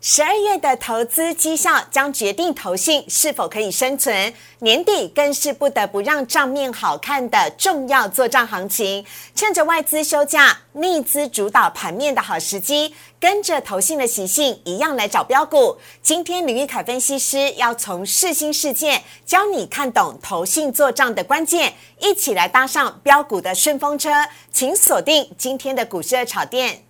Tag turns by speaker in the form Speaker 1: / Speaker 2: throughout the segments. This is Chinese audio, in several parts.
Speaker 1: 十二月的投资绩效将决定投信是否可以生存，年底更是不得不让账面好看的重要做账行情。趁着外资休假、内资主导盘面的好时机，跟着投信的习性一样来找标股。今天李玉凯分析师要从世新事件教你看懂投信做账的关键，一起来搭上标股的顺风车。请锁定今天的股市热炒店。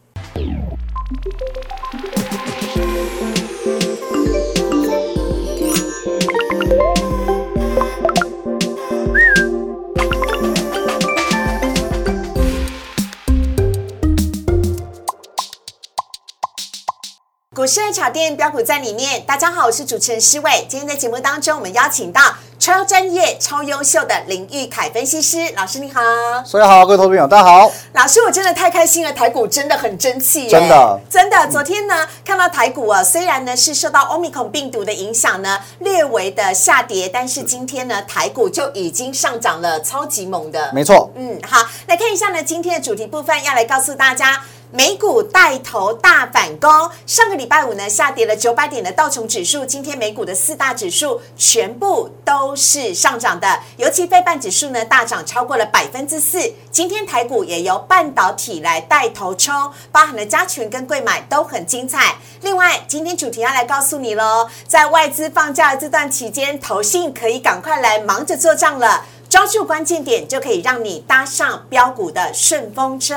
Speaker 1: 股市炒店标股在里面。大家好，我是主持人施伟。今天在节目当中，我们邀请到超专业、超优秀的林玉凯分析师老师，你好。
Speaker 2: 所以好，各位投资朋友，大家好。
Speaker 1: 老师，我真的太开心了，台股真的很争气耶，
Speaker 2: 真的
Speaker 1: 真的。昨天呢，看到台股啊，虽然呢是受到 Omicron 病毒的影响呢，略微的下跌，但是今天呢，台股就已经上涨了，超级猛的。
Speaker 2: 没错，
Speaker 1: 嗯，好，来看一下呢，今天的主题部分要来告诉大家。美股带头大反攻，上个礼拜五呢下跌了九百点的道琼指数，今天美股的四大指数全部都是上涨的，尤其非半指数呢大涨超过了百分之四。今天台股也由半导体来带头冲，包含了加权跟贵买都很精彩。另外，今天主题要来告诉你喽，在外资放假的这段期间，投信可以赶快来忙着做账了。抓住关键点，就可以让你搭上标股的顺风车。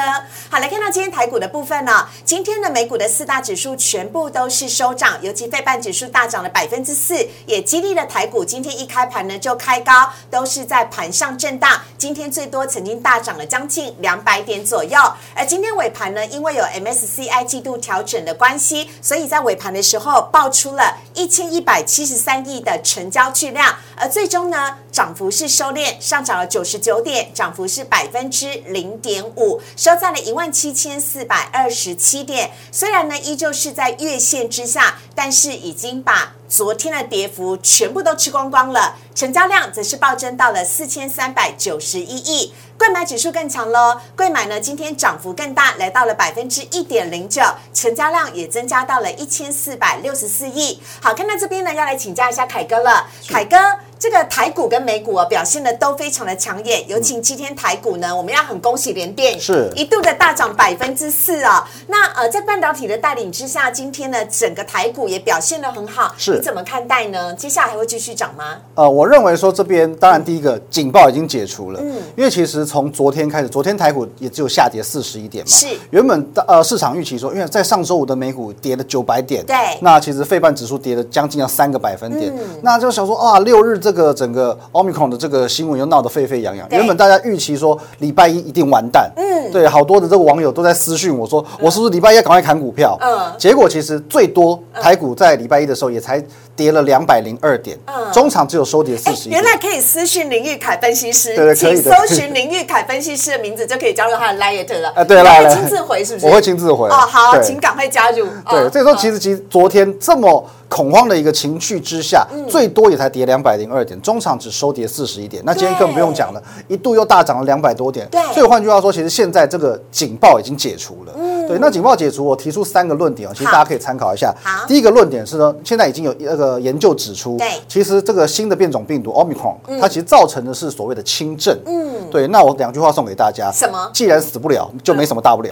Speaker 1: 好，来看到今天台股的部分呢、今天的美股的四大指数全部都是收涨，尤其费半指数大涨了百分之四，也激励了台股今天一开盘呢就开高，都是在盘上震荡。今天最多曾经大涨了将近两百点左右，而今天尾盘呢，因为有 MSCI 季度调整的关系，所以在尾盘的时候爆出了一千一百七十三亿的成交巨量，而最终呢，涨幅是收敛，上涨了九十九点，涨幅是百分之零点五，收在了一万七千四百二十七点。虽然呢，依旧是在月线之下，但是已经把昨天的跌幅全部都吃光光了，成交量则是暴增到了四千三百九十一亿。贵买指数更强喽，贵买呢今天涨幅更大，来到了百分之一点零九，成交量也增加到了一千四百六十四亿。好，看到这边呢，要来请教一下凯哥了，凯哥。这个台股跟美股哦表现的都非常的抢眼，尤其今天台股呢，我们要很恭喜联电
Speaker 2: 是
Speaker 1: 一度的大涨百分之四啊。那呃，在半导体的带领之下，今天呢整个台股也表现的很好，
Speaker 2: 是
Speaker 1: 你怎么看待呢？接下来还会继续涨吗？
Speaker 2: 呃，我认为说这边当然第一个警报已经解除了，嗯，因为其实从昨天开始，昨天台股也只有下跌四十一点嘛，
Speaker 1: 是
Speaker 2: 原本呃市场预期说，因为在上周五的美股跌了九百点，
Speaker 1: 对嗯
Speaker 2: 那其实费半指数跌了将近要三个百分点，那就想说哇，六日这个整个 omicron 的这个新闻又闹得沸沸扬扬，
Speaker 1: 对
Speaker 2: 原本大家预期说礼拜一一定完蛋，嗯，对，好多的这个网友都在私讯我说，我是不是礼拜一要赶快砍股票？
Speaker 1: 嗯
Speaker 2: 结果其实最多台股在礼拜一的时候也才跌了两百零二点，
Speaker 1: 嗯
Speaker 2: 中场只有收跌四
Speaker 1: 哎，
Speaker 2: 十一
Speaker 1: 原来可以私讯林玉凯分析师，
Speaker 2: 对对可
Speaker 1: 请
Speaker 2: 以的
Speaker 1: 搜寻林玉凯分析师的名字就可以加入他的 Liet 了。
Speaker 2: 啊 对
Speaker 1: 你
Speaker 2: 来
Speaker 1: 会
Speaker 2: 来
Speaker 1: 亲自回是不是？
Speaker 2: 我会亲自回啊
Speaker 1: 哦，好，
Speaker 2: 对
Speaker 1: 请赶快加入。
Speaker 2: 对，
Speaker 1: 哦
Speaker 2: 所以说其实其实昨天这么恐慌的一个情绪之下，
Speaker 1: 嗯
Speaker 2: 最多也才跌两百零二点，中场只收跌四十一点。那今天更不用讲了，一度又大涨了两百多点。
Speaker 1: 对
Speaker 2: 所以换句话说，其实现在这个警报已经解除了。对，那警报解除，我提出三个论点哦，其实
Speaker 1: 嗯好
Speaker 2: 大家可以参考一下
Speaker 1: 好。
Speaker 2: 第一个论点是呢，现在已经有那个研究指出，
Speaker 1: 对嗯
Speaker 2: 其实这个新的变种病毒 Omicron，它其实造成的是所谓的轻症。嗯，对。那我两句话送给大家，
Speaker 1: 什么嗯
Speaker 2: 既然死不了，就没什么 大不了。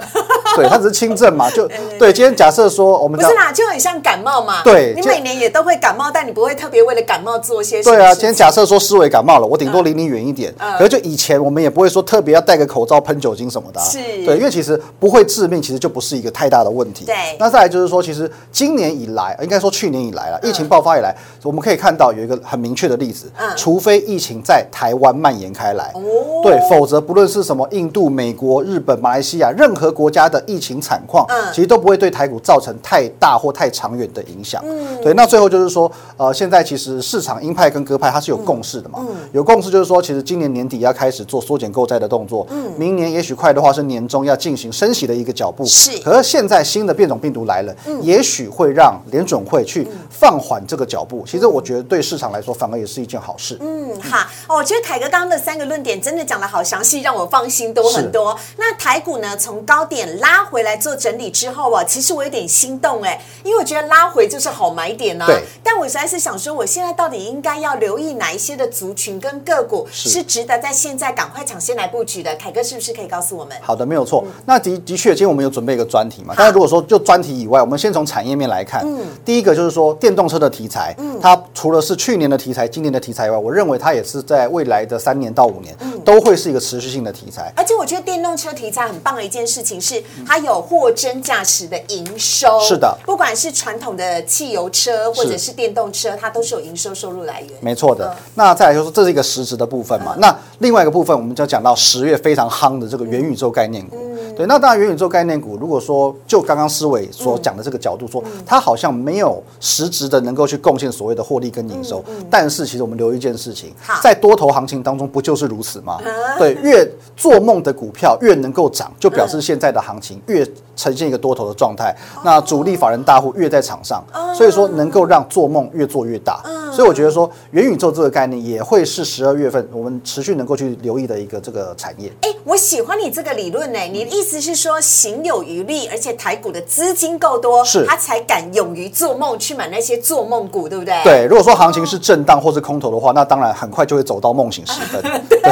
Speaker 2: 对，它只是轻症嘛，就对。今天假设说我们
Speaker 1: 不
Speaker 2: 讲
Speaker 1: 是啦，就很像感冒嘛。
Speaker 2: 对
Speaker 1: 你
Speaker 2: 就
Speaker 1: 每年也都会感冒，但你不会特别为了感冒做些什么
Speaker 2: 对啊，
Speaker 1: 事
Speaker 2: 今天
Speaker 1: 情
Speaker 2: 假设说思维感
Speaker 1: 嗯
Speaker 2: 冒了，我顶多离你远一点。可是就以前我们也不会说特别要戴个口罩、喷酒精什么的、啊。
Speaker 1: 是
Speaker 2: 对，因为其实不会致命，其实就不是一个太大的问题。
Speaker 1: 对
Speaker 2: 那再来就是说，其实今年以来，呃应该说去年以来了，疫情爆发以来，我们可以看到有一个很明确的例子，
Speaker 1: 嗯
Speaker 2: 除非疫情在台湾蔓延开来，
Speaker 1: 哦
Speaker 2: 对，否则不论是什么印度、美国、日本、马来西亚任何国家的疫情惨况，
Speaker 1: 嗯
Speaker 2: 其实都不会对台股造成太大或太长远的影响。
Speaker 1: 嗯
Speaker 2: 对。那最后就是说，呃，现在其实市场鹰派跟鸽派它是有共识的
Speaker 1: 嗯
Speaker 2: 嘛，有共识就是说，其实今年年底要开始做缩减购债的动作，
Speaker 1: 嗯
Speaker 2: 明年也许快的话是年中要进行升息的一个脚步。
Speaker 1: 是嗯
Speaker 2: 可是现在新的变种病毒来了，也许会让联准会去放缓这个脚步。其实我觉得对市场来说，反而也是一件好事。
Speaker 1: 嗯，好，哦我觉得凯哥刚刚的三个论点真的讲的好详细，让我放心多很多。那台股呢，从高点拉拉回来做整理之后啊，其实我有点心动哎、因为我觉得拉回就是好买点呐、啊
Speaker 2: 对。
Speaker 1: 但我实在是想说，我现在到底应该要留意哪一些的族群跟个股
Speaker 2: 是
Speaker 1: 是值得在现在赶快抢先来布局的？凯哥是不是可以告诉我们？
Speaker 2: 好的，没有错。那的的确，今天我们有准备一个专题嘛。但是如果说就专题以外，我们先从产业面来看。第一个就是说电动车的题材，它除了是去年的题材、今年的题材以外，我认为它也是在未来的三年到五年都会是一个持续性的题材。
Speaker 1: 而且我觉得电动车题材很棒的一件事情是，它有货真价实的营收。
Speaker 2: 是的
Speaker 1: 不管是传统的汽油车或者
Speaker 2: 是
Speaker 1: 是电动车，它都是有营收收入来源。
Speaker 2: 没错的
Speaker 1: 嗯。
Speaker 2: 那再来就是这是一个实质的部分嘛。那另外一个部分，我们就要讲到十月非常夯的这个元宇宙概念股。
Speaker 1: 嗯
Speaker 2: 对，那当然元宇宙概念股，如果说就刚刚思伟所讲的这个角
Speaker 1: 嗯
Speaker 2: 度说，它好像没有实质的能够去贡献所谓的获利跟营收。但是其实我们留意一件事情
Speaker 1: 嗯好，
Speaker 2: 在多头行情当中不就是如此吗？对，越做梦的股票越能够涨，就表示现在的行情越呈现一个多头的状态。那主力法人大户越在场上，所以说能够让做梦越做越大。所以我觉得说元宇宙这个概念也会是十二月份我们持续能够去留意的一个这个产业。
Speaker 1: 哎，我喜欢你这个理论呢、你的意思是说，行有余力，而且台股的资金够多，
Speaker 2: 是
Speaker 1: 他才敢勇于做梦去买那些做梦股，对不对？
Speaker 2: 对，如果说行情是震荡或是空头的话，那当然很快就会走到梦醒时分。
Speaker 1: 对，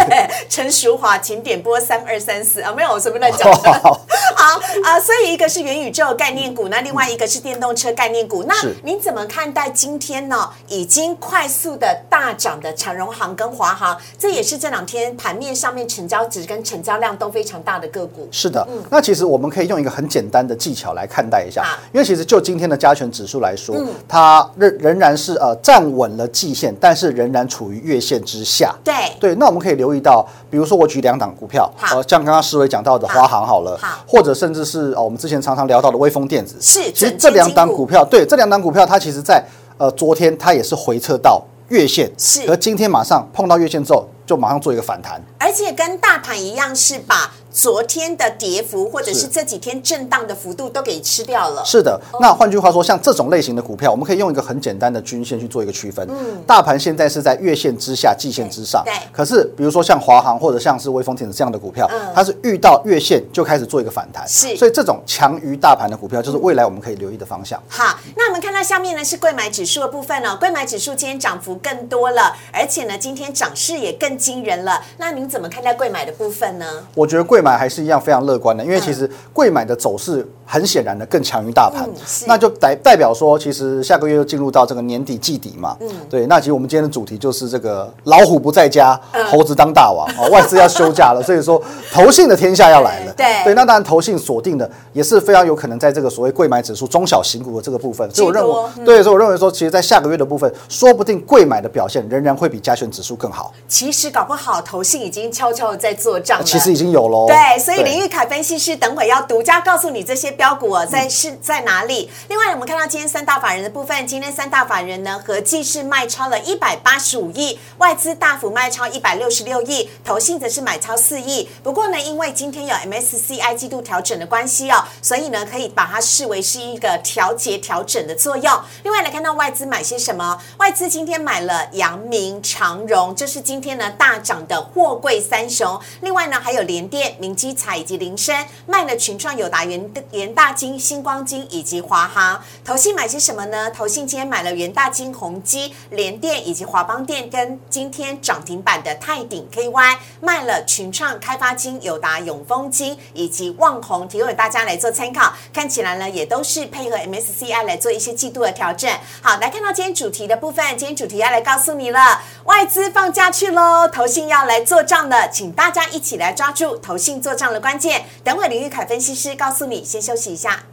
Speaker 1: 陈淑华，请点播三二三四啊，没有，我随便乱 讲 的。好啊，所以一个是元宇宙概念股，那另外一个是电动车概念股。那
Speaker 2: 是
Speaker 1: 您怎么看待今天呢？已经快速的大涨的长荣行跟华航，这也是这两天盘面上面成交值跟成交量都非常大的个股。
Speaker 2: 是的，那其实我们可以用一个很简单的技巧来看待一下
Speaker 1: 嗯好，嗯
Speaker 2: 因为其实就今天的加权指数来说，它仍仍然是呃站稳了季线，但是仍然处于月线之下。
Speaker 1: 对
Speaker 2: 对，那我们可以留意到，比如说我举两档股票，
Speaker 1: 好
Speaker 2: 呃，像刚刚思维讲到的
Speaker 1: 好
Speaker 2: 华航好了
Speaker 1: 好，
Speaker 2: 或者甚至是呃我们之前常常聊到的微风电子，
Speaker 1: 是
Speaker 2: 其实
Speaker 1: 整
Speaker 2: 这两
Speaker 1: 间
Speaker 2: 档
Speaker 1: 股
Speaker 2: 股票，对这两档股票，它其实在呃昨天它也是回撤到月线，
Speaker 1: 是
Speaker 2: 而今天马上碰到月线之后，就马上做一个反弹。
Speaker 1: 而且跟大盘一样，是把昨天的跌幅或者是
Speaker 2: 是
Speaker 1: 这几天震荡的幅度都给吃掉了。
Speaker 2: 是的，那换句话说，像这种类型的股票，我们可以用一个很简单的均线去做一个区分。大盘现在是在月线之下、季线之上。
Speaker 1: 嗯对对
Speaker 2: 可是，比如说像华航或者像是微风电子这样的股票，它是遇到月线就开始做一个反弹。
Speaker 1: 嗯是
Speaker 2: 所以这种强于大盘的股票，就是未来我们可以留意的方向。
Speaker 1: 好，那我们看到下面呢是贵买指数的部分哦，贵买指数今天涨幅更多了，而且呢今天涨势也更惊人了。那您怎么看待贵买的部分呢？
Speaker 2: 我觉得贵买还是一样非常乐
Speaker 1: 嗯
Speaker 2: 观的，因为其实贵买的走势很显然的更强于大盘
Speaker 1: 嗯是，
Speaker 2: 那就代代表说，其实下个月又进入到这个年底季底嘛。
Speaker 1: 嗯
Speaker 2: 对，那其实我们今天的主题就是这个老虎不在家，
Speaker 1: 嗯
Speaker 2: 猴子当大王啊，外资要休 假了，所以说投信的天下要来了。
Speaker 1: 对对
Speaker 2: 对，那当然投信锁定的也是非常有可能在这个所谓贵买指数中小型股的这个部分，所以我认
Speaker 1: 居多嗯
Speaker 2: 为，对，所以我认为说，其实在下个月的部分，说不定贵买的表现仍然会比加权指数更好，
Speaker 1: 其实搞不好投信已经悄悄的在做账了。
Speaker 2: 啊其实已经有喽。
Speaker 1: 对，所以林玉凯分析师等会要独家告诉你这些标股哦，在是在哪里。另外，我们看到今天三大法人的部分，今天三大法人呢合计是卖超了一百八十五亿，外资大幅卖超一百六十六亿，投信则是买超四亿。不过呢，因为今天有 MSCI 季度调整的关系哦，所以呢可以把它视为是一个调节调整的作用。另外来看到外资买些什么？外资今天买了阳明、长荣，这是今天呢大涨的货柜三雄。另外呢还有联电、明基材以及林森，卖了群创、友达、元元大金、星光金以及华航。投信买些什么呢？投信今天买了元大金、宏基、联电以及华邦电，跟今天涨停板的泰鼎 KY，卖了群创、开发金、友达、永丰金以及旺宏，提供给大家来做参考。看起来呢，也都是配合 MSCI 来做一些季度的调整。好，来看到今天主题的部分，今天主题要来告诉你了，外资放假去喽，投信要来做账了，请大家一起来抓住投信做账的关键。等会林玉凯分析师告诉你，先休息一下。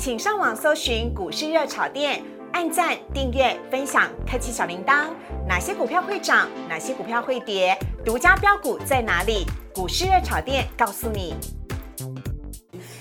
Speaker 1: 请上网搜寻股市热炒店，按赞、订阅、分享，开启小铃铛。哪些股票会涨？哪些股票会跌？独家标股在哪里？股市热炒店告诉你。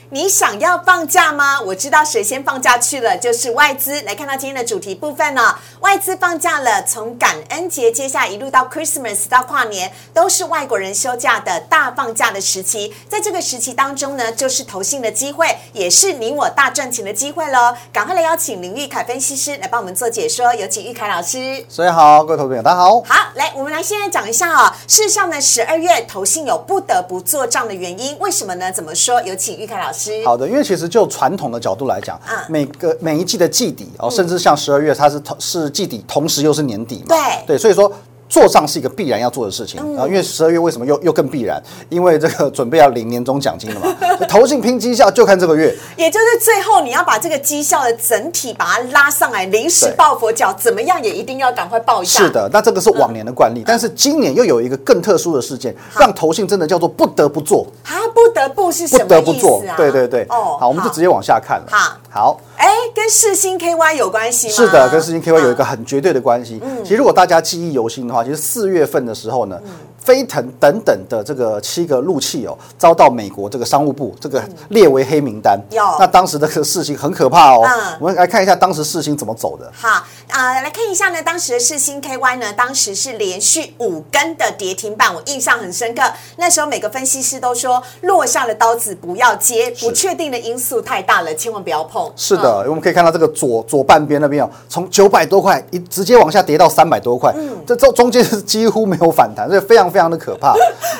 Speaker 1: 你想要放假吗？我知道谁先放假去了，就是外资。来看到今天的主题部分呢、哦，外资放假了，从感恩节接下来一路到 Christmas 到跨年，都是外国人休假的大放假的时期。在这个时期当中呢，就是投信的机会，也是你我大赚钱的机会喽。赶快来邀请林玉凯分析师来帮我们做解说，有请玉凯老师。
Speaker 2: 所以好，各位投资朋友，大家好。
Speaker 1: 好，来，我们来现在讲一下啊、哦。事实上呢，十二月投信有不得不做账的原因，为什么呢？怎么说？有请玉凯老师。
Speaker 2: 好的，因为其实就传统的角度来讲，
Speaker 1: 啊
Speaker 2: 每个每一季的季底
Speaker 1: 嗯
Speaker 2: 哦，甚至像十二月它是同是季底，同时又是年底嘛，
Speaker 1: 对嗯
Speaker 2: 所以说。做账是一个必然要做的事情啊，因为十二月为什么又又更必然？因为这个准备要领年终奖金了嘛， 所以投信拼绩效就看这个月。
Speaker 1: 也就是最后你要把这个绩效的整体把它拉上来，临时
Speaker 2: 对
Speaker 1: 抱佛脚，怎么样也一定要赶快报一下。
Speaker 2: 是，的，那这个是往年的惯例，
Speaker 1: 嗯
Speaker 2: 但是今年又有一个更特殊的事件，让投信真的叫做不得不做，
Speaker 1: 啊，不得不是
Speaker 2: 不
Speaker 1: 什么
Speaker 2: 得不
Speaker 1: 意
Speaker 2: 做
Speaker 1: 思啊？。
Speaker 2: 对对对，
Speaker 1: 哦，
Speaker 2: 好，我们就直接往下看了。
Speaker 1: 好
Speaker 2: 好。
Speaker 1: 哎，跟世新 KY 有关系吗？
Speaker 2: 是的，跟世金 KY 有一个
Speaker 1: 啊嗯
Speaker 2: 很绝对的关系。其实如果大家记忆犹新的话，其实四月份的时候呢，飞腾等等的这个七个陆企哦，遭到美国这个商务部这个列为黑名单。
Speaker 1: 有
Speaker 2: 那当时这个事情很可怕哦
Speaker 1: 嗯。
Speaker 2: 我们来看一下当时事情怎么走的。
Speaker 1: 好啊、来看一下呢，当时的世新 KY 呢，当时是连续五根的跌停板，我印象很深刻。那时候每个分析师都说，落下的刀子不要接，不确定的因素太大了，千万不要碰。
Speaker 2: 是的，我们可以看到这个左左半边那边哦，从九百多块一直接往下跌到三百多块，
Speaker 1: 嗯
Speaker 2: 这中中间是几乎没有反弹，所以非常非常的可怕。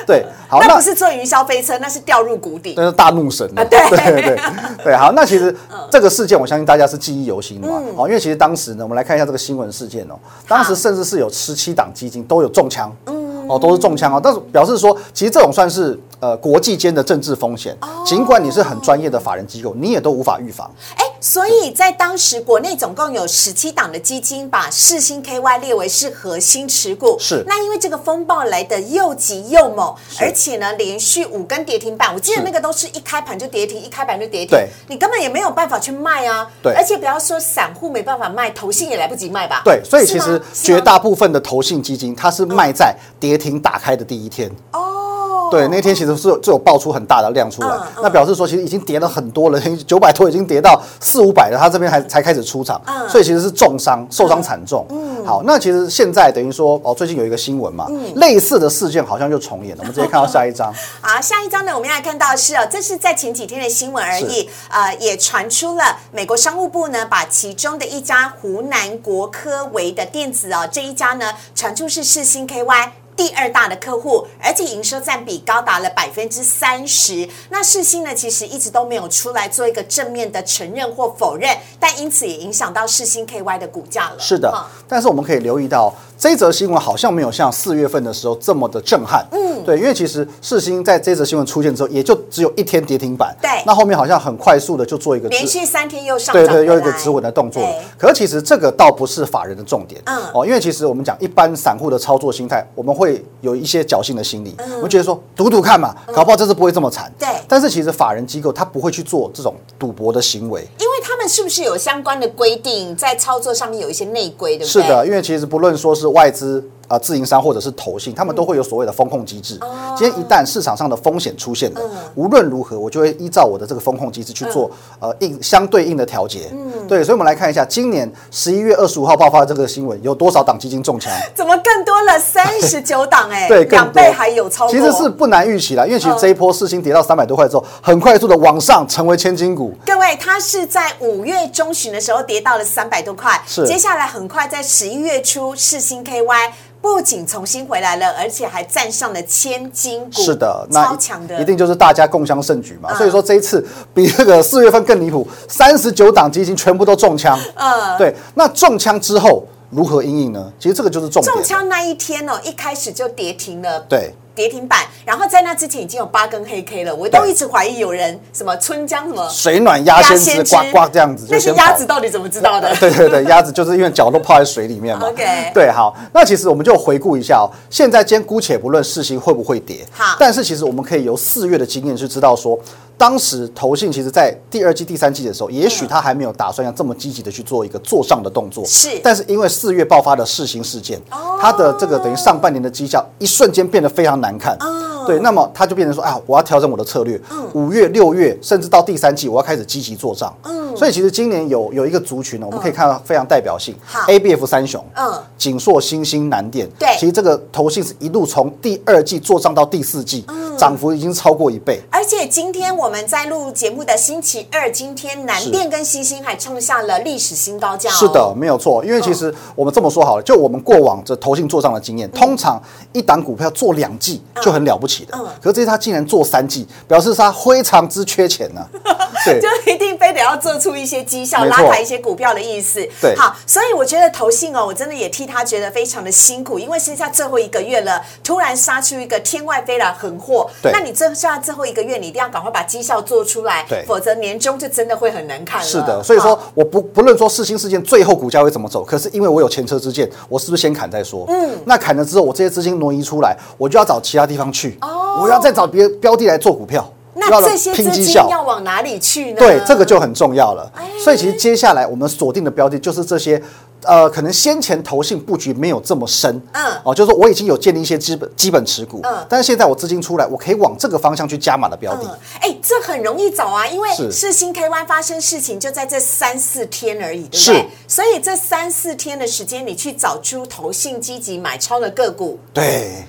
Speaker 2: 对，好，
Speaker 1: 那不是坐云霄飞车，那是掉入谷底。
Speaker 2: 那是大怒神了
Speaker 1: 啊对 嗯
Speaker 2: 对对对，好，那其实这个事件，我相信大家是记忆犹新的嘛。哦，因为其实当时呢，我们来看一下这个新闻事件哦，当时甚至是有十七档基金都有中枪，
Speaker 1: 嗯
Speaker 2: 哦，都是中枪哦，但是表示说，其实这种算是呃国际间的政治风险，
Speaker 1: 哦
Speaker 2: 尽管你是很专业的法人机构，你也都无法预防。
Speaker 1: 哎，所以在当时国内总共有十七档的基金把世新 KY 列为是核心持股，
Speaker 2: 是
Speaker 1: 那因为这个风暴来的又急又猛，而且呢连续五根跌停板，我记得
Speaker 2: 是
Speaker 1: 那个都是一开盘就跌停，一开盘就跌停
Speaker 2: 对，
Speaker 1: 你根本也没有办法去卖啊，
Speaker 2: 对
Speaker 1: 而且不要说散户没办法卖，投信也来不及卖吧，
Speaker 2: 对，所以
Speaker 1: 是
Speaker 2: 其
Speaker 1: 吗
Speaker 2: 实
Speaker 1: 是
Speaker 2: 绝
Speaker 1: 吗
Speaker 2: 大部分的投信基金，它是卖在跌停打开的第一天。
Speaker 1: 哦，
Speaker 2: 对，那天其实是有是有爆出很大的量出来
Speaker 1: 嗯，
Speaker 2: 那表示说其实已经跌了很多了，九百多已经 跌到四五百了，它这边还才开始出场，
Speaker 1: 嗯
Speaker 2: 所以其实是重伤，受伤惨重。好，那其实现在等于说哦，最近有一个新闻
Speaker 1: 嗯
Speaker 2: 嘛，类似的事件好像就重演了，我们直接看到下一张。
Speaker 1: 好，下一张呢，我们要来看到的是哦，这是在前几天的新闻而已，呃，也传出了美国商务部呢，把其中的一家湖南国科维的电子哦，这一家呢，传出是世新 KY。第二大的客户，而且营收占比高达了百分之三十。那世新呢，其实一直都没有出来做一个正面的承认或否认，但因此也影响到世新 KY 的股价了。
Speaker 2: 是的
Speaker 1: 嗯，
Speaker 2: 但是我们可以留意到，这则新闻好像没有像四月份的时候这么的震撼。嗯，对，因为其实世新在这则新闻出现之后，也就只有一天跌停板。
Speaker 1: 对
Speaker 2: 那后面好像很快速的就做一个
Speaker 1: 连
Speaker 2: 止
Speaker 1: 续三天又上涨
Speaker 2: 对
Speaker 1: 回来，
Speaker 2: 对，又一个止稳的动作了
Speaker 1: 对。
Speaker 2: 可是其实这个倒不是法人的重点，
Speaker 1: 嗯
Speaker 2: 哦，因为其实我们讲一般散户的操作心态，我们会有一些侥幸的心理，我们觉得说赌赌看嘛，搞不好这次不会这么惨。
Speaker 1: 嗯对
Speaker 2: 但是其实法人机构他不会去做这种赌博的行为。
Speaker 1: 因为他们是不是有相关的规定，在操作上面有一些内规，对不
Speaker 2: 是
Speaker 1: 对？
Speaker 2: 的，因为其实不论说是外资。啊、自营商或者是投信，他
Speaker 1: 嗯
Speaker 2: 们都会有所谓的风控机制。
Speaker 1: 哦
Speaker 2: 今天一旦市场上的风险出现了，
Speaker 1: 嗯
Speaker 2: 无论如何，我就会依照我的这个风控机制去做、
Speaker 1: 嗯
Speaker 2: 呃应相对应的调节。对，所以我们来看一下今年十一月二十五号爆发的这个新闻，有多少档基金中枪？
Speaker 1: 怎么更多 了？三十九档哎，
Speaker 2: 对，更
Speaker 1: 两
Speaker 2: 多
Speaker 1: 倍还有超过，
Speaker 2: 其实是不难预期啦，因为其实
Speaker 1: 嗯
Speaker 2: 这一波市心跌到三百多块之后，很快速的往上成为千金股。
Speaker 1: 各位，它是在五月中旬的时候跌到了三百多块，
Speaker 2: 是
Speaker 1: 接下来很快在十一月初，世新 KY 不仅重新回来了，而且还站上了千金股，
Speaker 2: 是的，
Speaker 1: 超
Speaker 2: 一
Speaker 1: 强
Speaker 2: 一
Speaker 1: 的，
Speaker 2: 定就是大家共襄盛举嘛。
Speaker 1: 嗯
Speaker 2: 所以说这一次比这个四月份更离谱，三十九档基金全部都中枪。
Speaker 1: 嗯
Speaker 2: 对，那中枪之后如何应应呢？其实这个就是重点了。
Speaker 1: 中枪那一天哦，一开始就跌停了，
Speaker 2: 对。
Speaker 1: 跌停板，然后在那之前已经有八根黑 K 了，我都
Speaker 2: 对
Speaker 1: 一直怀疑有人什么春江什么
Speaker 2: 水暖鸭先知，
Speaker 1: 知
Speaker 2: 呱呱这样子
Speaker 1: 那
Speaker 2: 就
Speaker 1: 些
Speaker 2: 先
Speaker 1: 鸭
Speaker 2: 跑
Speaker 1: 子。到底怎么知道的？
Speaker 2: 对对对，鸭子就是因为脚都泡在水里面嘛。
Speaker 1: OK
Speaker 2: 对，好，那其实我们就回顾一下哦。现在先姑且不论市心会不会跌，
Speaker 1: 好
Speaker 2: 但是其实我们可以由四月的经验去知道说，当时投信其实在第二季、第三季的时候，也许
Speaker 1: 嗯
Speaker 2: 他还没有打算要这么积极的去做一个做账的动作，
Speaker 1: 是哦
Speaker 2: 但是因为四月
Speaker 1: 嗯
Speaker 2: 爆发的市心事件，它的这个等于上半年的绩效一瞬间变得非常难看。对，那么他就变成说啊，我要调整我的策略，五月、六月，甚至到第三季，我要开始积极做账。嗯，所以其实今年有有一个族群呢，我们可以看到非常代表性
Speaker 1: 嗯好
Speaker 2: ，ABF 三雄，
Speaker 1: 嗯
Speaker 2: 嗯，锦硕、新兴、南电，
Speaker 1: 对
Speaker 2: 其实这个投信是一路从第二季做账到第四季，
Speaker 1: 嗯
Speaker 2: 涨幅已经超过一倍。
Speaker 1: 而且今天我们在录节目的星期二，今天南电跟星星还创下了历史新高价、哦。
Speaker 2: 是的，，没有错。因为其
Speaker 1: 嗯
Speaker 2: 实我们这么说好了，就我们过往这投信做账的经验，通常一档股票做两季就很了不起的
Speaker 1: 嗯，
Speaker 2: 可是这次他竟然做三季，表示是他非常之缺 钱呢、对，
Speaker 1: 就一定非得要做出一些绩效，
Speaker 2: 没
Speaker 1: 拉
Speaker 2: 错
Speaker 1: 抬一些股票的意思。
Speaker 2: 对
Speaker 1: 好，所以我觉得投信哦，我真的也替他觉得非常的辛苦，因为剩下最后一个月了，突然杀出一个天外飞来横祸，
Speaker 2: 对
Speaker 1: 那你剩下最后一个月，你一定要赶快把绩效做出来
Speaker 2: 对，
Speaker 1: 否则年终就真的会很难看了。
Speaker 2: 是的，所以说
Speaker 1: 好
Speaker 2: 我不不论说世新事件最后股价会怎么走，可是因为我有前车之鉴，我是不是先砍再说？嗯，那砍了之后，我这些资金挪移出来，我就要找其他地方去，
Speaker 1: 哦
Speaker 2: 我要再找别的标的来做股票，
Speaker 1: 那
Speaker 2: 要来
Speaker 1: 这些
Speaker 2: 拼
Speaker 1: 资
Speaker 2: 绩
Speaker 1: 金
Speaker 2: 效
Speaker 1: 要往哪里去呢？
Speaker 2: 对，这个就很重要了。
Speaker 1: 哎
Speaker 2: 所以其实接下来我们锁定的标的就是这些，呃，可能先前投信布局没有这么深，
Speaker 1: 嗯
Speaker 2: 哦，就是说我已经有建立一些基本基本持股，
Speaker 1: 嗯
Speaker 2: 但是现在我资金出来，我可以往这个方向去加码的标的。
Speaker 1: 嗯，哎、这很容易找啊，因为
Speaker 2: 是
Speaker 1: 世新 KY 发生事情就在这三四天而已，对不
Speaker 2: 是
Speaker 1: 对？所以这三四天的时间，你去找出投信积极买超的个股，
Speaker 2: 对，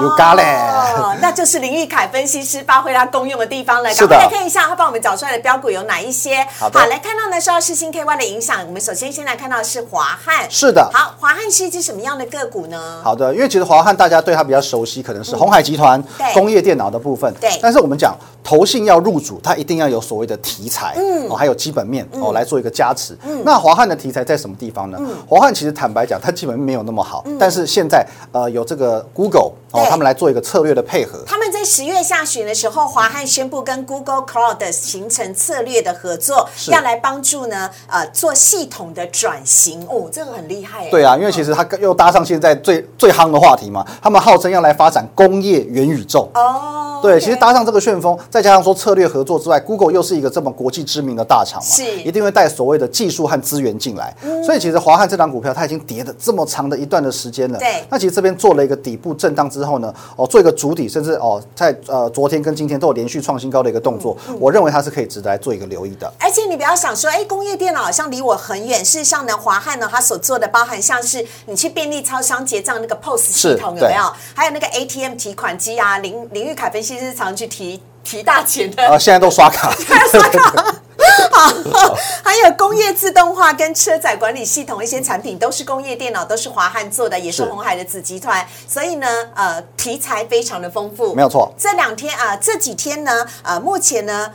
Speaker 2: 有咖嘞。
Speaker 1: 哦，那就是林玉凯分析师发挥他功用的地方了。
Speaker 2: 是的
Speaker 1: 赶快来看一下他帮我们找出来的标股有哪一些。
Speaker 2: 好的
Speaker 1: 来看到呢，受到世新 KY 的影响，我们首先先来看到的是华汉。
Speaker 2: 是的
Speaker 1: 好，华汉是一只什么样的个股呢？
Speaker 2: 好的，因为其实华汉大家对它比较熟悉，可能是红海集团、
Speaker 1: 对
Speaker 2: 工业电脑的部分。
Speaker 1: 对
Speaker 2: 但是我们讲投信要入主，它一定要有所谓的题材，嗯，哦，还有基本面哦来做一个加持。那华汉的题材在什么地方呢？华汉其实坦白讲，它基本面没有那么好，但是现在呃有这个 Google 哦
Speaker 1: 对，
Speaker 2: 他们来做一个策略的配合。
Speaker 1: 他们在十月下旬的时候，华汉宣布跟 Google Cloud 形成策略的合作，
Speaker 2: 是
Speaker 1: 要来帮助呢呃做系统的转型。哦，这个很厉害耶。
Speaker 2: 对啊，因为其实它又搭上现在最最夯的话题嘛，他们号称要来发展工业元宇宙。
Speaker 1: 哦，
Speaker 2: 对，
Speaker 1: OK
Speaker 2: 其实搭上这个旋风，再加上说策略合作之外，Google 又是一个这么国际知名的大厂嘛，
Speaker 1: 是
Speaker 2: 一定会带所谓的技术和资源进来。所以其实华汉这档股票它已经跌了这么长的一段的时间了。
Speaker 1: 对
Speaker 2: 那其实这边做了一个底部震荡之后呢，哦，做一个主底，甚至哦，在呃昨天跟今天都有连续创新高的一个动作，我认为它是可以值得来做一个留意的。
Speaker 1: 而且你不要想说，哎，工业电脑好像离我很远。事实上呢，华汉呢，它所做的包含像是你去便利超商结账那个 POS 系统
Speaker 2: 是
Speaker 1: 有没有
Speaker 2: 对？
Speaker 1: 还有那个 ATM 提款机啊，林林玉凯分析师常去提提大钱的。
Speaker 2: 呃，现在都刷卡，
Speaker 1: 好，还有工业自动化跟车载管理系统一些产品，都是工业电脑，都是华汉做的，也是
Speaker 2: 是
Speaker 1: 红海的子集团，所以呢，呃，题材非常的丰富，
Speaker 2: 没有错
Speaker 1: 这两天啊、这几天呢，呃，目前呢。啊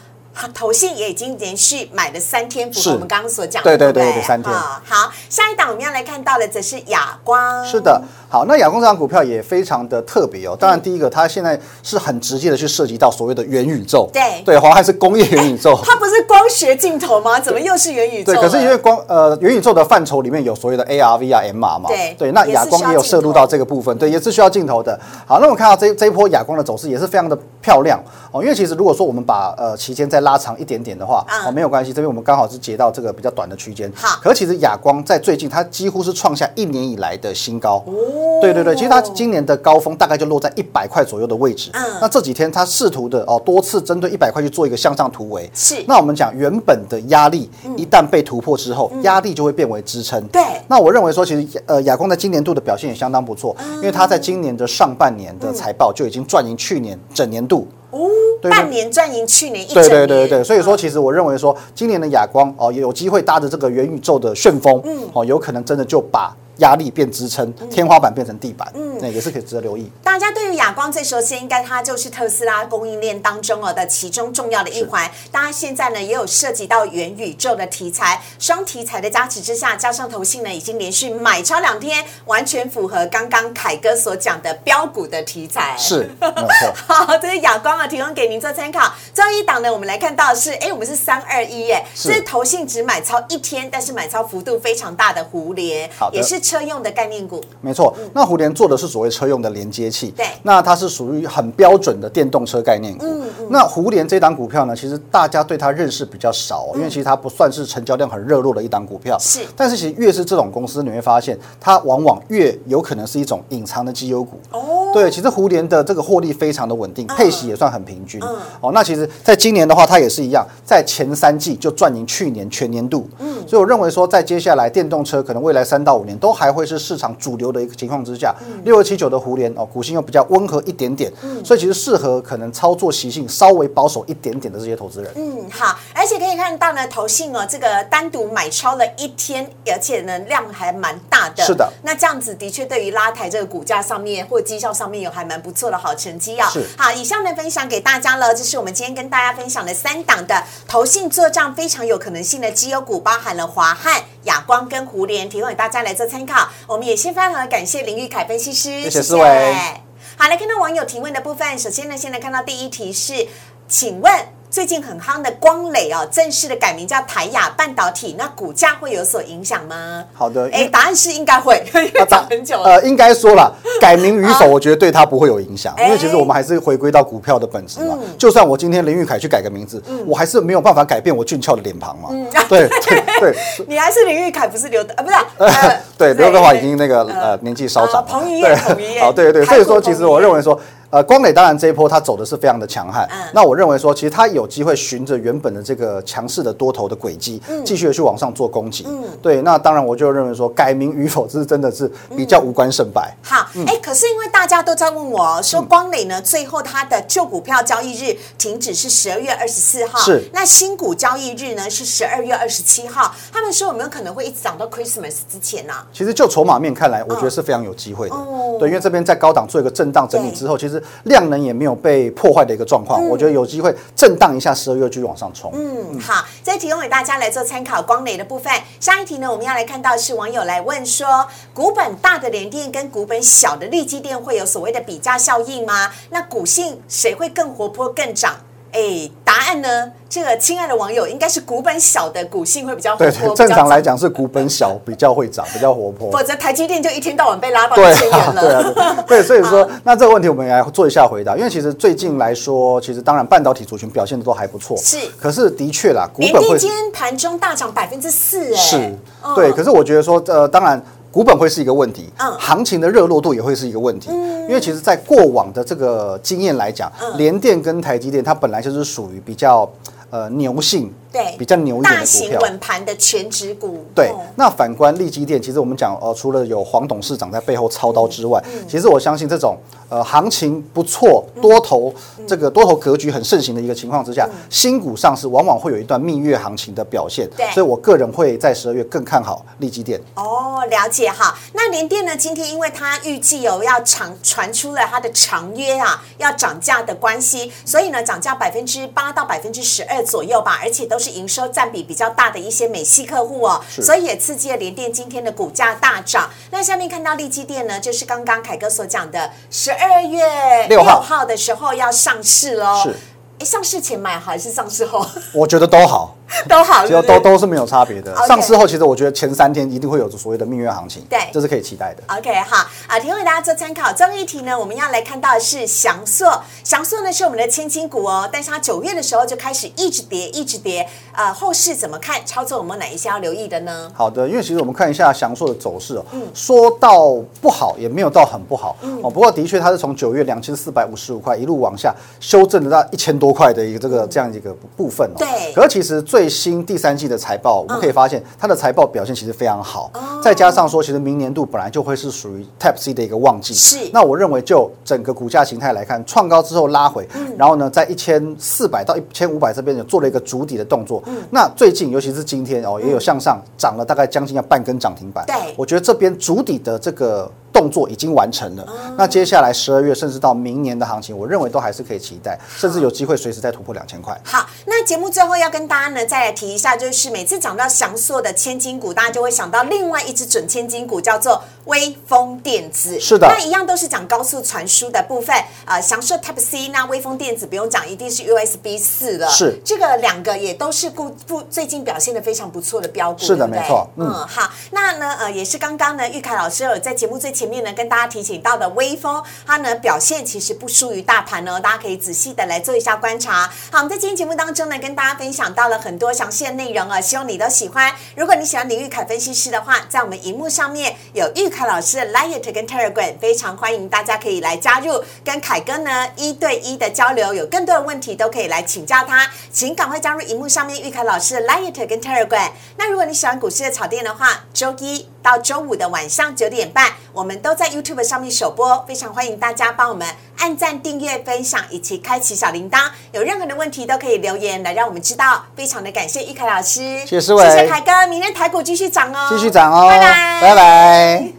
Speaker 1: 投信也已经连续买了三天，符合
Speaker 2: 是
Speaker 1: 我们刚刚所讲的，
Speaker 2: 对对
Speaker 1: 不
Speaker 2: 对对三天
Speaker 1: 啊好，下一档我们要来看到的则是哑光，
Speaker 2: 是的，好，那亚光这档股票也非常的特别哦。当然，第一个它现在是很直接的去涉及到所谓的元宇宙，
Speaker 1: 对
Speaker 2: 对，华汉是工业元宇宙，
Speaker 1: 它不是光学镜头吗？怎么又是元宇宙
Speaker 2: 对，
Speaker 1: 了？
Speaker 2: 可是因为光呃元宇宙的范畴里面有所谓的 AR、VR、MR 啊嘛，
Speaker 1: 对
Speaker 2: 那
Speaker 1: 也是
Speaker 2: 亚
Speaker 1: 需
Speaker 2: 光
Speaker 1: 要
Speaker 2: 也有涉
Speaker 1: 镜头
Speaker 2: 入到这个部分，对，也是需要镜头的。好，那我们看到这这一波亚光的走势也是非常的漂亮哦，因为其实如果说我们把呃期间再拉长一点点的话，
Speaker 1: 嗯
Speaker 2: 哦没有关系，这边我们刚好是截到这个比较短的区间。
Speaker 1: 好
Speaker 2: 可是其实亚光在最近它几乎是创下一年以来的新高。
Speaker 1: 哦
Speaker 2: 对对对，其实它今年的高峰大概就落在一百块左右的位置。
Speaker 1: 嗯
Speaker 2: 那这几天它试图的哦多次针对一百块去做一个向上突围。
Speaker 1: 是
Speaker 2: 那我们讲原本的压力一旦被突破之后，压力就会变为支撑。
Speaker 1: 嗯对
Speaker 2: 那我认为说，其实呃，亚光在今年度的表现也相当不错，
Speaker 1: 嗯
Speaker 2: 因为它在今年的上半年的财报就已经赚赢去年整年度。
Speaker 1: 哦，
Speaker 2: 对对
Speaker 1: 半年赚赢去年一整
Speaker 2: 对
Speaker 1: 年，嗯
Speaker 2: 对对对，所以说其实我认为说，今年的亚光哦，有机会搭着这个元宇宙的旋风，
Speaker 1: 嗯
Speaker 2: 哦，有可能真的就把压力变支撑，天花板变成地板，
Speaker 1: 嗯
Speaker 2: 那也是可以值得留意。
Speaker 1: 大家对于哑光最熟悉，应该它就是特斯拉供应链当中哦的其中重要的一环。当然，现在呢也有涉及到元宇宙的题材，双题材的加持之下，加上投信呢已经连续买超两天，完全符合刚刚凯哥所讲的标股的题材。
Speaker 2: 是，没有错。
Speaker 1: 好，这是哑光啊，提供给您做参考。最后一档呢，我们来看到的是，哎，我们是三二一，耶，
Speaker 2: 是
Speaker 1: 这是投信只买超一天，但是买超幅度非常大的蝴蝶
Speaker 2: 好，的
Speaker 1: 也是车用的概念股。
Speaker 2: 没错，那胡联做的是所谓车用的连接器，
Speaker 1: 对
Speaker 2: 那它是属于很标准的电动车概念股。那胡联这档股票呢，其实大家对它认识比较少哦，因为其实它不算是成交量很热络的一档股票。
Speaker 1: 是
Speaker 2: 但是其实越是这种公司，你会发现它往往越有可能是一种隐藏的绩优股。
Speaker 1: 哦哦
Speaker 2: 对，其实胡联的这个获利非常的稳定，配息也算很平均
Speaker 1: 嗯。
Speaker 2: 哦，那其实在今年的话，它也是一样，在前三季就赚赢去年全年度。嗯，所以我认为说，在接下来电动车可能未来三到五年都还会是市场主流的一个情况之下，
Speaker 1: 嗯
Speaker 2: 六二七九的胡联哦，股性又比较温和一点点，所以其实适合可能操作习性稍微保守一点点的这些投资人。
Speaker 1: 嗯，好，而且可以看到呢，投信哦，这个单独买超了一天，而且呢量还蛮大的。
Speaker 2: 是的
Speaker 1: 那这样子的确对于拉抬这个股价上面或绩效上面有还蛮不错的好成绩哦。
Speaker 2: 是
Speaker 1: 好，以上呢分享给大家了，这是我们今天跟大家分享的三档的投信做账非常有可能性的绩优股，包含了华汉、亚光跟胡联，提供给大家来做参考。我们也先非常感谢林玉凯分析师，
Speaker 2: 谢谢思维
Speaker 1: 哎好，来看到网友提问的部分。首先呢，现在看到第一题是，请问最近很夯的光磊哦，正式的改名叫台亚半导体，那股价会有所影响吗？
Speaker 2: 好的因
Speaker 1: 哎，
Speaker 2: 为
Speaker 1: 答案是应该会， 因为涨很久了。啊
Speaker 2: 呃，应该说 了，改名与否，我觉得对他不会有影响，因为其实
Speaker 1: 哎嗯
Speaker 2: 我们还是回归到股票的本质嘛。就算我今天林玉凯去改个名字，我还是没有办法改变我俊俏的脸庞嘛。
Speaker 1: 嗯
Speaker 2: 对对对
Speaker 1: 你还是林玉凯，不是刘德啊，不是啊、呃
Speaker 2: 对，刘德华已经那个呃年纪稍
Speaker 1: 啊
Speaker 2: 长了，
Speaker 1: 彭于
Speaker 2: 对
Speaker 1: 晏，彭 于晏，
Speaker 2: 好，对对，所
Speaker 1: 拍
Speaker 2: 以
Speaker 1: 过
Speaker 2: 说其
Speaker 1: 彭
Speaker 2: 实
Speaker 1: 于
Speaker 2: 我
Speaker 1: 晏
Speaker 2: 认为说。呃，光磊当然这一波他走的是非常的强悍，
Speaker 1: 嗯
Speaker 2: 那我认为说，其实他有机会循着原本的这个强势的多头的轨迹，
Speaker 1: 嗯
Speaker 2: 继续的去往上做攻击。对，那当然我就认为说，改名与否，这是真的是比较无关胜败。
Speaker 1: 好，哎、可是因为大家都在问我哦说，光磊呢，最后他的旧股票交易日停止是十二月二十四号，
Speaker 2: 是
Speaker 1: 那新股交易日呢是十二月二十七号。他们说有没有可能会一直涨到 Christmas 之前啊呢、
Speaker 2: 其实就筹码
Speaker 1: 嗯
Speaker 2: 面看来，我觉得是非常有机会的。
Speaker 1: 哦
Speaker 2: 对，因为这边在高档做一个震荡整理之后，其实量能也没有被破坏的一个状况，我觉得有机会震荡一下，十二月继续往上冲。
Speaker 1: 嗯，好，再提供给大家来做参考光磊的部分。下一题呢，我们要来看到是网友来问说，股本大的联电跟股本小的利基电会有所谓的比价效应吗？那股性谁会更活泼更涨？哎，答案呢？这个亲爱的网友应该是股本小的股性会比较活
Speaker 2: 对
Speaker 1: 泼，
Speaker 2: 对，
Speaker 1: 比较
Speaker 2: 正常来
Speaker 1: 涨，
Speaker 2: 讲是股 本小比较会涨，比较活泼。
Speaker 1: 否则台积电就一天到晚被拉到
Speaker 2: 对
Speaker 1: 一
Speaker 2: 啊
Speaker 1: 千元，
Speaker 2: 对啊
Speaker 1: 了。，
Speaker 2: 对对，所以 说，那这个问题我们也来做一下回答，因为其实最近来说，其实当然半导体族群表现的都还不错，
Speaker 1: 是
Speaker 2: 可是的确啦，股
Speaker 1: 联
Speaker 2: 本
Speaker 1: 电
Speaker 2: 会
Speaker 1: 今天盘中大涨百分之四，哎，
Speaker 2: 是
Speaker 1: 嗯，
Speaker 2: 对。可是我觉得说，呃，当然。股本会是一个问题
Speaker 1: 嗯，
Speaker 2: 行情的热络度也会是一个问题，因为其实，在过往的这个经验来讲，
Speaker 1: 嗯
Speaker 2: 联电跟台积电它本来就是属于比较呃牛性，
Speaker 1: 对，
Speaker 2: 比较牛一点
Speaker 1: 大
Speaker 2: 的股
Speaker 1: 型
Speaker 2: 票，
Speaker 1: 稳盘的全指股，
Speaker 2: 对
Speaker 1: 哦，
Speaker 2: 那反观利基店，其实我们讲呃，除了有黄董事长在背后操刀之外，
Speaker 1: 嗯
Speaker 2: 其实我相信这种呃行情不错、多头这个多头格局很盛行的一个情况之下，
Speaker 1: 嗯
Speaker 2: 新股上市往往会有一段蜜月行情的表现
Speaker 1: 对。
Speaker 2: 所以我个人会在十二月更看好利基店。
Speaker 1: 哦，了解哈。那联电呢？今天因为它预计有要长传出了它的长约啊，要涨价的关系，所以呢，涨价百分之八到百分之十二左右吧，而且都是营收占比比较大的一些美系客户哦，
Speaker 2: 是
Speaker 1: 所以也刺激了联电今天的股价大涨。那下面看到利基电呢，就是刚刚凯哥所讲的十二月
Speaker 2: 6号
Speaker 1: 号的时候要上市喽。
Speaker 2: 是
Speaker 1: 诶，上市前买好还是上市后
Speaker 2: 我觉得都好，
Speaker 1: 都好，
Speaker 2: 只要
Speaker 1: 是不是
Speaker 2: 都都是没有差别的
Speaker 1: OK。
Speaker 2: 上市后，其实我觉得前三天一定会有所谓的蜜月行情，
Speaker 1: 对
Speaker 2: 这是可以期待的。
Speaker 1: OK，好啊，提供给大家做参考。最后一题呢，我们要来看到的是翔硕，翔硕呢是我们的千金股哦，但是它九月的时候就开始一直跌，一直跌。呃，后市怎么看？操作我们哪一些要留意的呢？
Speaker 2: 好的，因为其实我们看一下翔硕的走势哦，
Speaker 1: 嗯
Speaker 2: 说到不好也没有到很不好、哦，不过的确它是从九月两千四百五十五块一路往下修正了到一千多块的一个这个这样一个部分
Speaker 1: 嗯
Speaker 2: 哦。
Speaker 1: 对
Speaker 2: 可是其实最新第三季的财报，我们可以发现它的财报表现其实非常好，
Speaker 1: 嗯
Speaker 2: 再加上说其实明年度本来就会是属于 Type C 的一个旺季，
Speaker 1: 是
Speaker 2: 那我认为就整个股价形态来看，创高之后拉回，
Speaker 1: 嗯
Speaker 2: 然后呢在一千四百到一千五百这边有做了一个筑底的动作。
Speaker 1: 嗯
Speaker 2: 那最近尤其是今天哦，也有向上涨了大概将近要半根涨停板。
Speaker 1: 对
Speaker 2: 我觉得这边筑底的这个。动作已经完成
Speaker 1: 哦
Speaker 2: 了，那接下来十二月甚至到明年的行情，我认为都还是可以期待，甚至有机会随时再突破两千块。
Speaker 1: 好，那节目最后要跟大家呢再来提一下，就是每次讲到翔硕的千金股，大家就会想到另外一只准千金股，叫做微风电子。
Speaker 2: 是的
Speaker 1: 那一样都是讲高速传输的部分。呃，翔硕 Type C，那微风电子不用讲，一定是 USB 四了。
Speaker 2: 是
Speaker 1: 这个两个也都是固固最近表现的非常不错的标股。
Speaker 2: 是
Speaker 1: 对
Speaker 2: 的
Speaker 1: 不对
Speaker 2: 没错
Speaker 1: 嗯
Speaker 2: 嗯
Speaker 1: 好，那呢，呃，也是刚刚呢，玉凯老师有在节目最前面呢跟大家提醒到的微风，它呢表现其实不输于大盘呢，大家可以仔细的来做一下观察。好，我们在今天节目当中呢，跟大家分享到了很多详细的内容啊，希望你都喜欢。如果你喜欢林玉凯分析师的话，在我们荧幕上面有玉凯老师的 Light 跟 Telegram，非常欢迎大家可以来加入，跟凯哥呢一对一的交流，有更多的问题都可以来请教他，请赶快加入荧幕上面玉凯老师的 Light 跟 Telegram。那如果你喜欢股市的草甸的话，周一到周五的晚上九点半，我们都在 YouTube 上面首播，非常欢迎大家帮我们按赞、订阅、分享以及开启小铃铛。有任何的问题都可以留言来让我们知道，非常的感谢玉凯老师，
Speaker 2: 谢谢思维
Speaker 1: 谢谢凯哥，明天台股继续涨哦，
Speaker 2: 继续涨哦，
Speaker 1: 拜拜，
Speaker 2: 拜拜